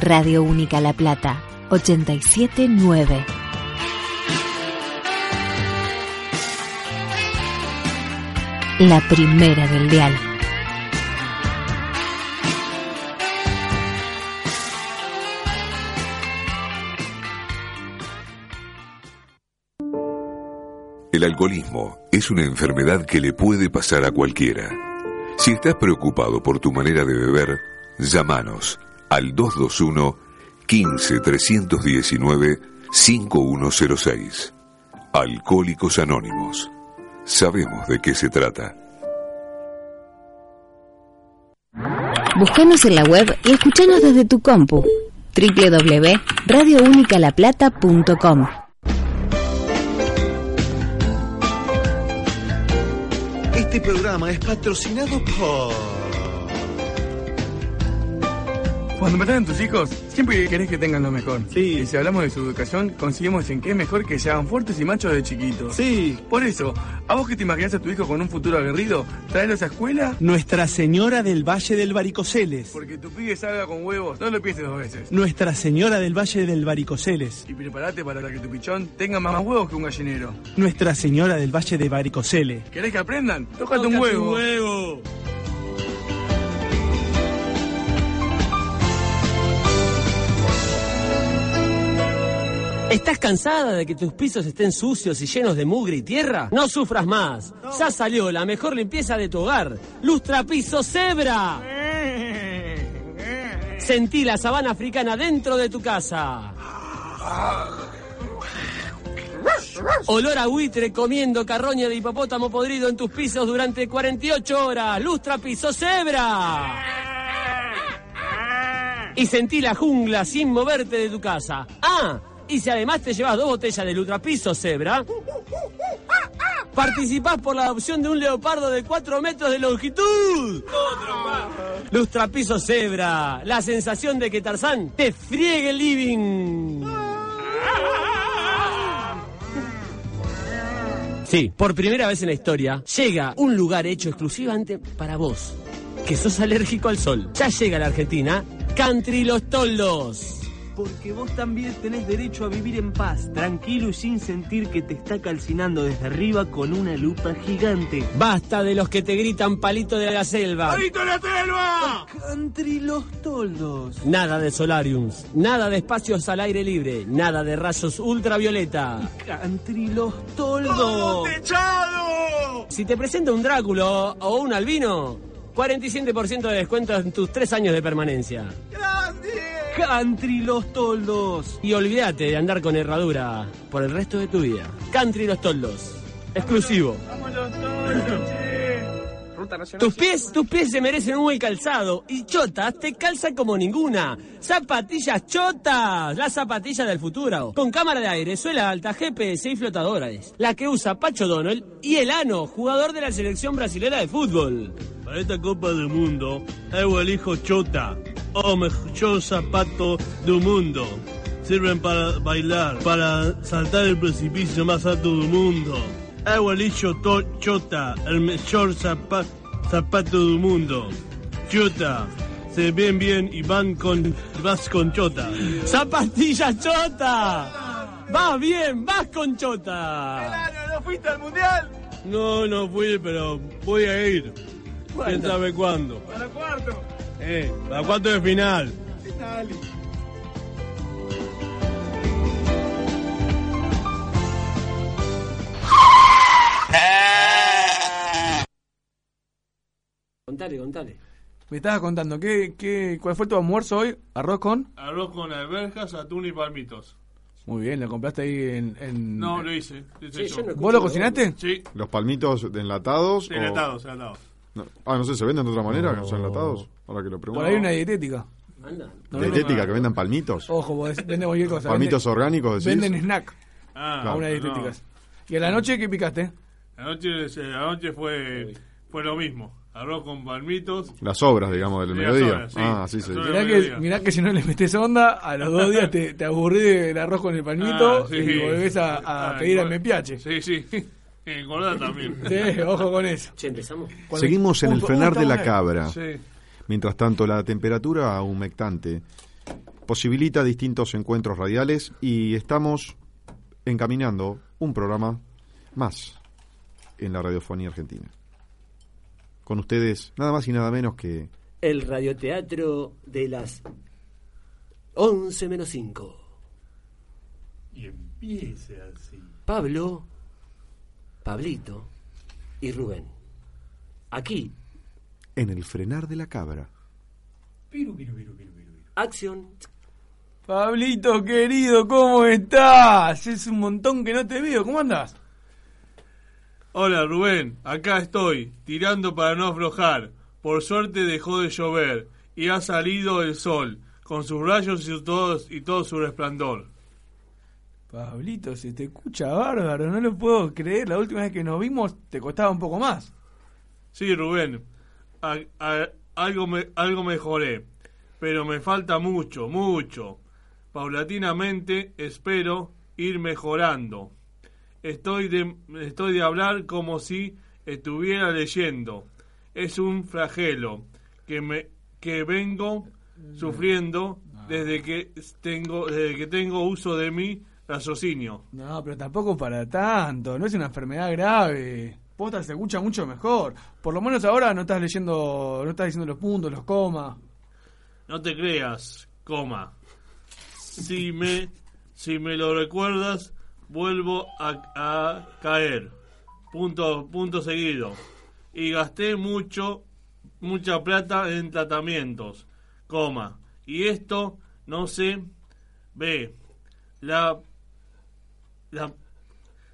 Radio Única La Plata, 879. La primera del dial. El alcoholismo es una enfermedad que le puede pasar a cualquiera. Si estás preocupado por tu manera de beber, llámanos al 221 15 319 5106. Alcohólicos Anónimos. Sabemos de qué se trata. Búscanos en la web y escuchanos desde tu compu. www.radiounicalaplata.com Este programa es patrocinado Oh. por. Cuando me traen tus hijos, siempre querés que tengan lo mejor. Sí. Y si hablamos de su educación, conseguimos en que es mejor que sean fuertes y machos de chiquitos. Sí. Por eso, a vos que te imaginás a tu hijo con un futuro aguerrido, traerlos a escuela, Nuestra Señora del Valle del Baricoceles. porque tu pibe salga con huevos, no lo pienses dos veces. Nuestra Señora del Valle del Baricoceles. Y prepárate para que tu pichón tenga más huevos que un gallinero. Nuestra Señora del Valle de Baricoceles. ¿Querés que aprendan? Tócate un Tócate huevo. un huevo. ¿Estás cansada de que tus pisos estén sucios y llenos de mugre y tierra? No sufras más. Ya salió la mejor limpieza de tu hogar. Lustra Piso Zebra. Eh, Sentí la sabana africana dentro de tu casa. Olor a buitre comiendo carroña de hipopótamo podrido en tus pisos durante 48 horas. Lustra Piso Zebra y sentí la jungla sin moverte de tu casa. Ah, y si además te llevas dos botellas del ultrapiso cebra, participás por la adopción de un leopardo de 4 metros de longitud. Lustrapiso cebra, la sensación de que Tarzán te friegue el living. Sí, por primera vez en la historia llega un lugar hecho exclusivamente para vos, que sos alérgico al sol. Ya llega a la Argentina Country Los Toldos. Porque vos también tenés derecho a vivir en paz, tranquilo y sin sentir que te está calcinando desde arriba con una lupa gigante. Basta de los que te gritan palito de la selva. la selva! Country Los Toldos. Nada de solariums, nada de espacios al aire libre, nada de rayos ultravioleta. Oh, Country Los Toldos. ¡Todo Si te presenta un Dráculo o un albino, 47% de descuento en tus tres años de permanencia. Country Los Toldos. Y olvídate de andar con herradura por el resto de tu vida. Country Los Toldos. Exclusivo. Ruta nacional. Tus pies, tus pies se merecen un buen calzado. Y chotas te calzan como ninguna. Zapatillas chotas. Las zapatillas del futuro. Con cámara de aire, suela alta, GPS y flotadores. La que usa Pacho Donald y Elano, jugador de la selección brasilera de fútbol. Para esta Copa del Mundo, eu elijo Chota, o mejor zapato del mundo. Sirven para bailar, para saltar el precipicio más alto del mundo. Eu elijo to- Chota, el mejor zapa- zapato del mundo. Chota, se ven bien y van con, vas con Chota. ¡Zapatillas Chota! ¡Vas bien! ¡Vas con Chota! ¿No fuiste al mundial? No, no fui, pero voy a ir. ¿Quién ¿Cuándo? sabe cuándo? Para cuarto. Eh, ¿Para cuánto de final? Contale, contale. Me estabas contando, ¿qué, qué, ¿cuál fue tu almuerzo hoy? ¿Arroz con? Arroz con alberjas, atún y palmitos. Muy bien, lo compraste ahí en... en- No, lo hice. lo hice yo. ¿Vos lo cocinaste? Sí. ¿Los palmitos de enlatados? Oh. o- Enlatados, enlatados. No- Ah, no sé, ¿se venden de otra manera que no son enlatados? Ahora que lo pregunto. Por ahí hay una dietética. No, no, ¿Dietética? no. ¿Que vendan palmitos? Ojo, vos decís- venden cualquier cosa. ¿Palmitos Venden- orgánicos decís? Venden snack. Ah, a unas no. dietéticas. ¿Y a la noche qué picaste? Anoche, eh, anoche fue, fue lo mismo. Arroz con palmitos. Las obras, digamos, del Sí, las mediodía. obras, sí. Ah, así se Las dice. obras. Mirá que, mirá que si no le metes onda, a los dos días te, te aburrís del arroz con el palmito Ah, sí. y volvés a, a Ah, pedir al igual. mepiache. Sí, sí. Engordá también. Sí, Eh, ojo con eso. Che, empezamos. Seguimos en el frenar de la cabra. Sí. Mientras tanto, la temperatura humectante posibilita distintos encuentros radiales y estamos encaminando un programa más en la radiofonía argentina. Con ustedes, nada más y nada menos que El radioteatro de las 11 menos 5. Y empiece así. Pablo, Pablito y Rubén. Aquí, En el frenar de la cabra. acción. Pablito querido, ¿cómo estás? Es un montón que no te veo, ¿cómo andás? Hola Rubén, acá estoy, tirando para no aflojar. Por suerte dejó de llover y ha salido el sol, con sus rayos y, todos, y todo su resplandor. Pablito, se te escucha bárbaro, no lo puedo creer. La última vez que nos vimos te costaba un poco más. Sí, Rubén, a- a- algo, me, algo mejoré, pero me falta mucho, mucho. Paulatinamente espero ir mejorando. Estoy de, estoy de hablar como si estuviera leyendo. Es un flagelo que me que vengo sufriendo desde que tengo desde que tengo uso de mi raciocinio. No, pero tampoco para tanto, no es una enfermedad grave. Posta se escucha mucho mejor. Por lo menos ahora no estás leyendo, no estás diciendo los puntos, los comas. No te creas, coma. Si me, si me lo recuerdas, vuelvo a, a caer. Punto, punto seguido. Y gasté mucho, mucha plata en tratamientos, coma. Y esto no se ve. La, la,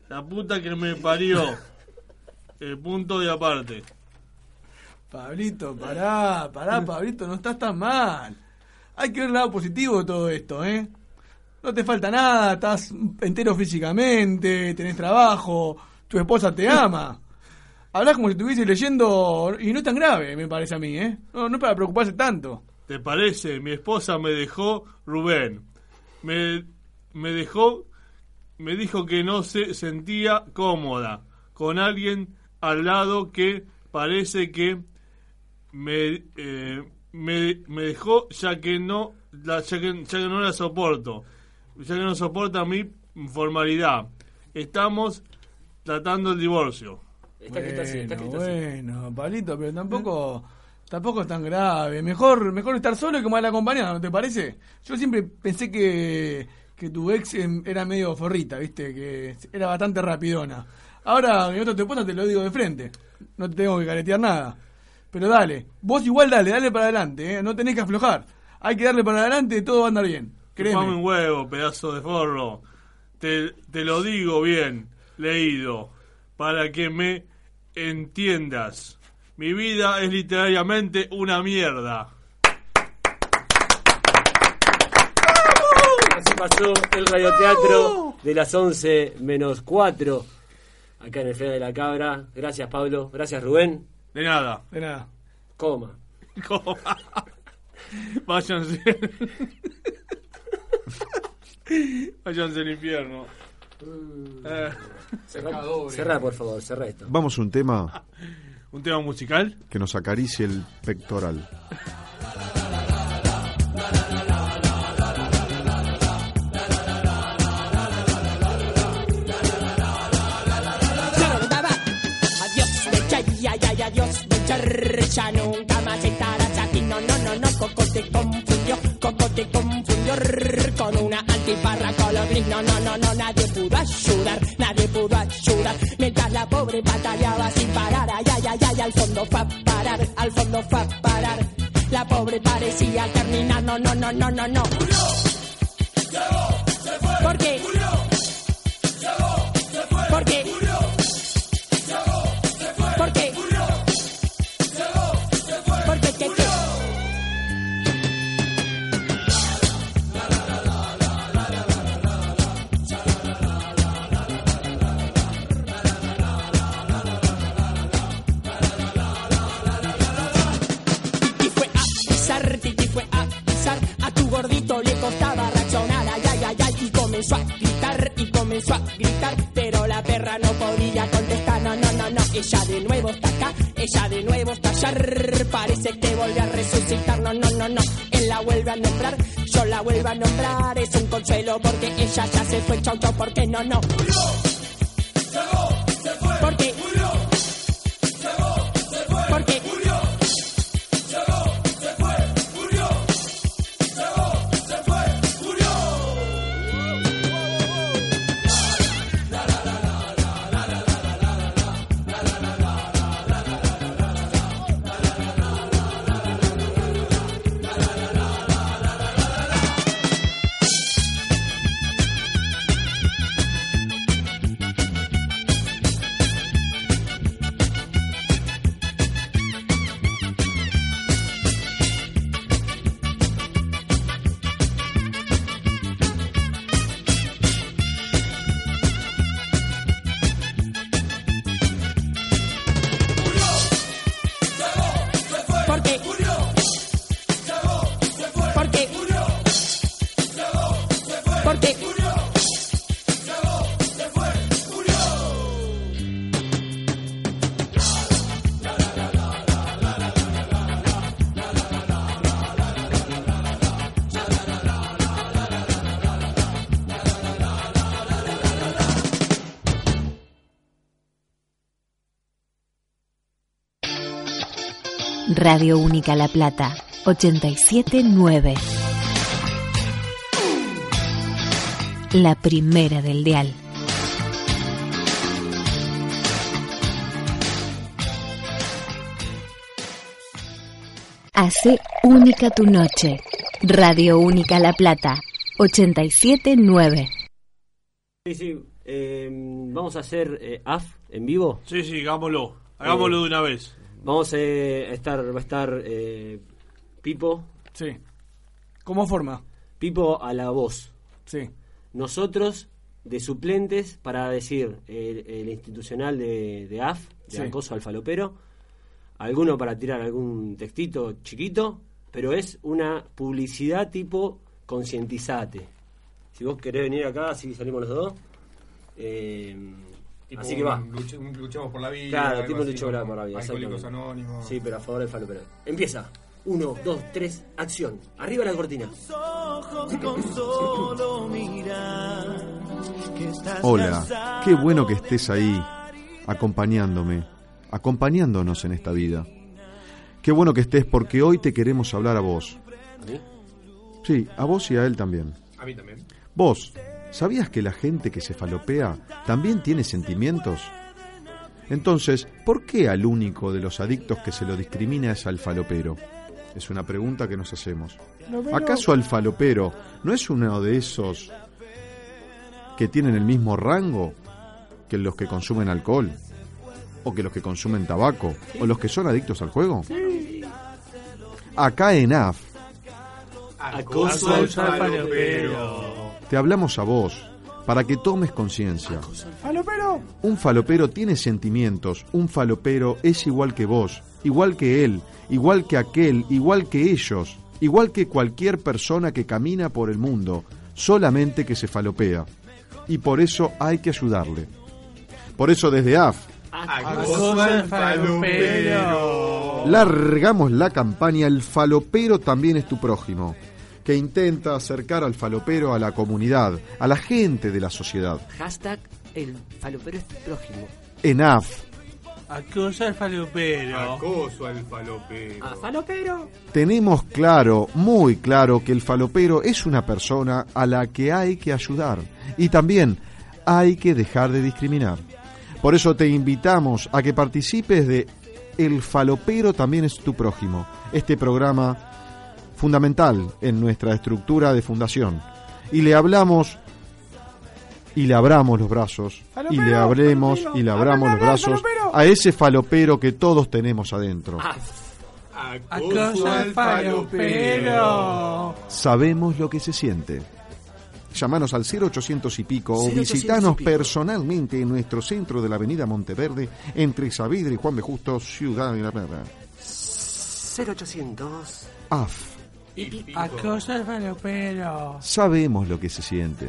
la puta que me parió. El punto de aparte. Pablito, pará, pará, Pablito, no estás tan mal. Hay que ver el lado positivo de todo esto, ¿eh? No te falta nada, estás entero físicamente, tenés trabajo, tu esposa te ama. Hablas como si estuviese leyendo, y no es tan grave, me parece a mí, ¿eh? No, no es para preocuparse tanto. ¿Te parece? Mi esposa me dejó, Rubén. Me, me dejó, me dijo que no se sentía cómoda con alguien al lado que parece que me, eh, me, me dejó ya que no la, ya que, ya que no la soporto, ya que no soporta mi formalidad. Estamos tratando el divorcio. bueno, bueno, Pablito, pero tampoco, tampoco es tan grave. Mejor, mejor estar solo que mal acompañado, ¿no te parece? Yo siempre pensé que, que tu ex em, era medio forrita, ¿viste? Que era bastante rapidona. Ahora, mi otra te te lo digo de frente. No te tengo que caretear nada. Pero dale, vos igual dale, dale para adelante, ¿eh? No tenés que aflojar. Hay que darle para adelante y todo va a andar bien. Créeme. Chupame un huevo, pedazo de forro. Te, te lo digo bien, leído, para que me entiendas. Mi vida es literariamente una mierda. Así pasó el radioteatro de las 11 menos 4. Acá en el Fede de la Cabra. Gracias, Pablo. Gracias, Rubén. De nada. De nada. Coma. Coma. Váyanse. Váyanse al infierno. Eh. Cerrá, por favor, cerrá esto. Vamos a un tema ¿Un tema musical? que nos acaricie el pectoral. Adiós, becha, ya, ya, ya, adiós, becha, ya nunca más estarás aquí. No, no, no, no, Coco te confundió, Coco te confundió rrr, con una antiparra color gris. No, no, no, no, nadie pudo ayudar, nadie pudo ayudar. Mientras la pobre batallaba sin parar, ay, ay, ay, ay, al fondo fue a parar, al fondo fue a parar. La pobre parecía terminar, no, no, no, no, no, no. Murió, se fue, ¿Por qué? Murió, se fue, ¿Por qué? ¿Por qué? ¿Por qué? ¿Qué? ¿Qué? Titi fue a pisar, Titi fue a pisar, a tu gordito le costaba reaccionar, ay, ay, ay, ay, y comenzó a gritar, y comenzó a gritar, pero la perra no podía contestar, no, no, no, no, ella de nuevo está acá, ella de nuevo está allá, rrr, parece que volvió a resucitar, no, no, no, no, no. Él la vuelve a nombrar, yo la vuelvo a nombrar. Es un consuelo porque ella ya se fue, chau, chau, porque no, no. Porque, porque, porque, porque, porque, Radio Única La Plata, 879. La primera del dial. Hace única tu noche. Radio Única La Plata, 879. Sí, sí. eh, vamos a hacer eh, AF en vivo. Sí, sí, hagámoslo. Hagámoslo de una vez. Vamos eh, a estar, va a estar eh, Pipo. Sí. ¿Cómo forma? Pipo a la voz. Sí. Nosotros de suplentes para decir el, el institucional de, de AF, de Sí. acoso al falopero. Alguno para tirar algún textito chiquito, pero es una publicidad tipo concientizate. Si vos querés venir acá, si salimos los dos. eh, Tipo así que va. un luch- un luchemos por la vida, Claro, algo tipo así, lucha por la como maravilla. Alcohólicos exactamente. Anónimos. Sí, pero a favor del falopero. Empieza. Uno, dos, tres, acción. Arriba la cortina. ojos con solo mirar. Que estás Hola, qué bueno que estés ahí, acompañándome, acompañándonos en esta vida. Qué bueno que estés porque hoy te queremos hablar a vos. Sí, a vos y a él también. A mí también. Vos, ¿sabías que la gente que se falopea también tiene sentimientos? Entonces, ¿por qué al único de los adictos que se lo discrimina es al falopero? Es una pregunta que nos hacemos. ¿Acaso al falopero no es uno de esos que tienen el mismo rango que los que consumen alcohol? ¿O que los que consumen tabaco? ¿O los que son adictos al juego? Acá en AF Acoso al falopero. te hablamos a vos para que tomes conciencia. Falopero. Un falopero tiene sentimientos, un falopero es igual que vos, igual que él, igual que aquel, igual que ellos, igual que cualquier persona que camina por el mundo, solamente que se falopea. Y por eso hay que ayudarle. Por eso desde AF Acoso al falopero. Largamos la campaña El falopero también es tu prójimo, que intenta acercar al falopero a la comunidad, a la gente de la sociedad. Hashtag el falopero es tu prójimo. En AF Acoso al falopero. Acoso al falopero. A falopero. tenemos claro, muy claro, que el falopero es una persona a la que hay que ayudar y también hay que dejar de discriminar. Por eso te invitamos a que participes de El falopero también es tu prójimo, este programa fundamental en nuestra estructura de fundación. Y le hablamos y le abramos los brazos y le abremos y le abramos los brazos a ese falopero que todos tenemos adentro. Acoso al falopero. Sabemos lo que se siente. Llamanos al 0800 y pico o 0800 y visitanos pico. personalmente en nuestro centro de la avenida Monteverde, entre Saavedra y Juan B. Justo, Ciudad de la Plata. 0800. AF, Acoso al falopero. sabemos lo que se siente.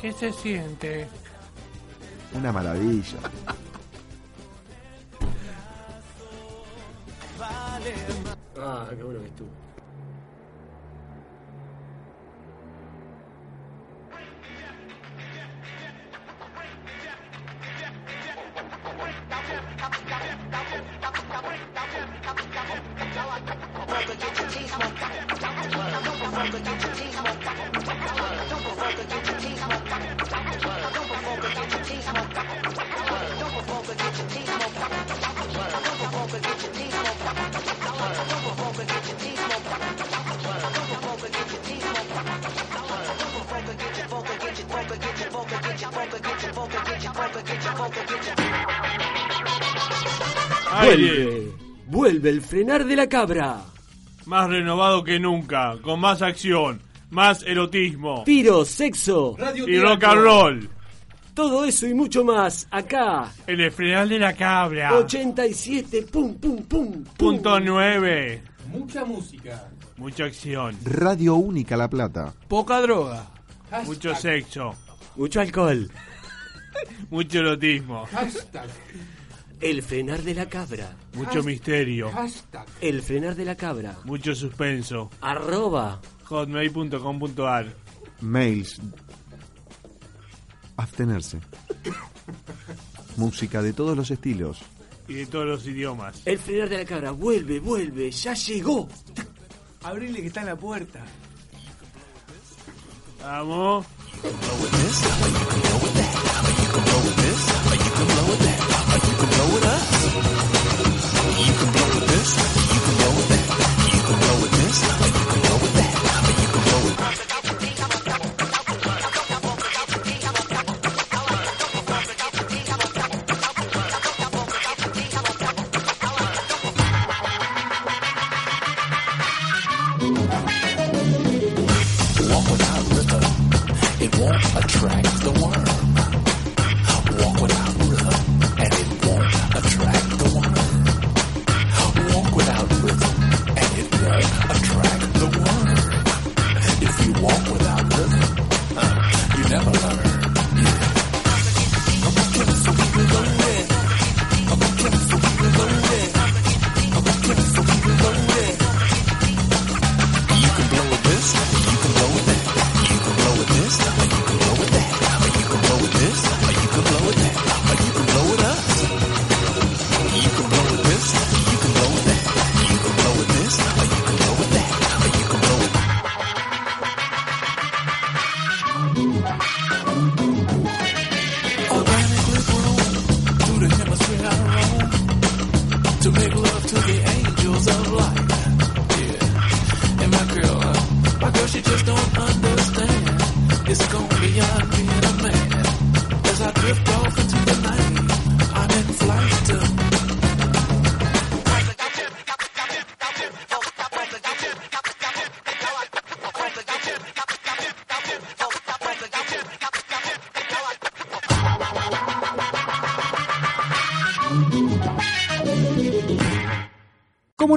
¿Qué se siente? Una maravilla. Ah, qué bueno que estuvo. Aire. Vuelve, vuelve el frenar de la cabra. Más renovado que nunca, con más acción, más erotismo Tiro, sexo y rock and roll. Todo eso y mucho más acá. En el frenar de la cabra. 87, pum, pum, pum. Ah. Punto 9. Mucha música. Mucha acción. Radio Única La Plata. Poca droga. Mucho sexo. Mucho alcohol. Mucho erotismo. Hashtag. El frenar de la cabra. Mucho misterio. Hashtag. El frenar de la cabra. Mucho suspenso. Arroba. Hotmail.com.ar. Mails. Abstenerse. Música de todos los estilos. Y de todos los idiomas. El frenar de la cabra. Vuelve, vuelve. Ya llegó. Abrile que está en la puerta. Vamos. Walk without rhythm, it won't attract the worm. Walk without rhythm, and it won't attract the worm. Walk without rhythm, and it won't attract the worm. If you walk without rhythm, uh, you never learn. You can blow with this, you can blow with that. You can blow with this, or you can blow with that. Or you can blow with this, or you can blow with that. Or you can blow it up. You can blow with this, you can blow with that. You can blow with this, or you can blow with that. Or you can blow with Organically grown through the hemisphere I roam to make love to the angels of light. Yeah, and my girl, uh, my girl, she just don't understand. It's gone beyond being a man. As I drift off into the night, I'm in flight. Como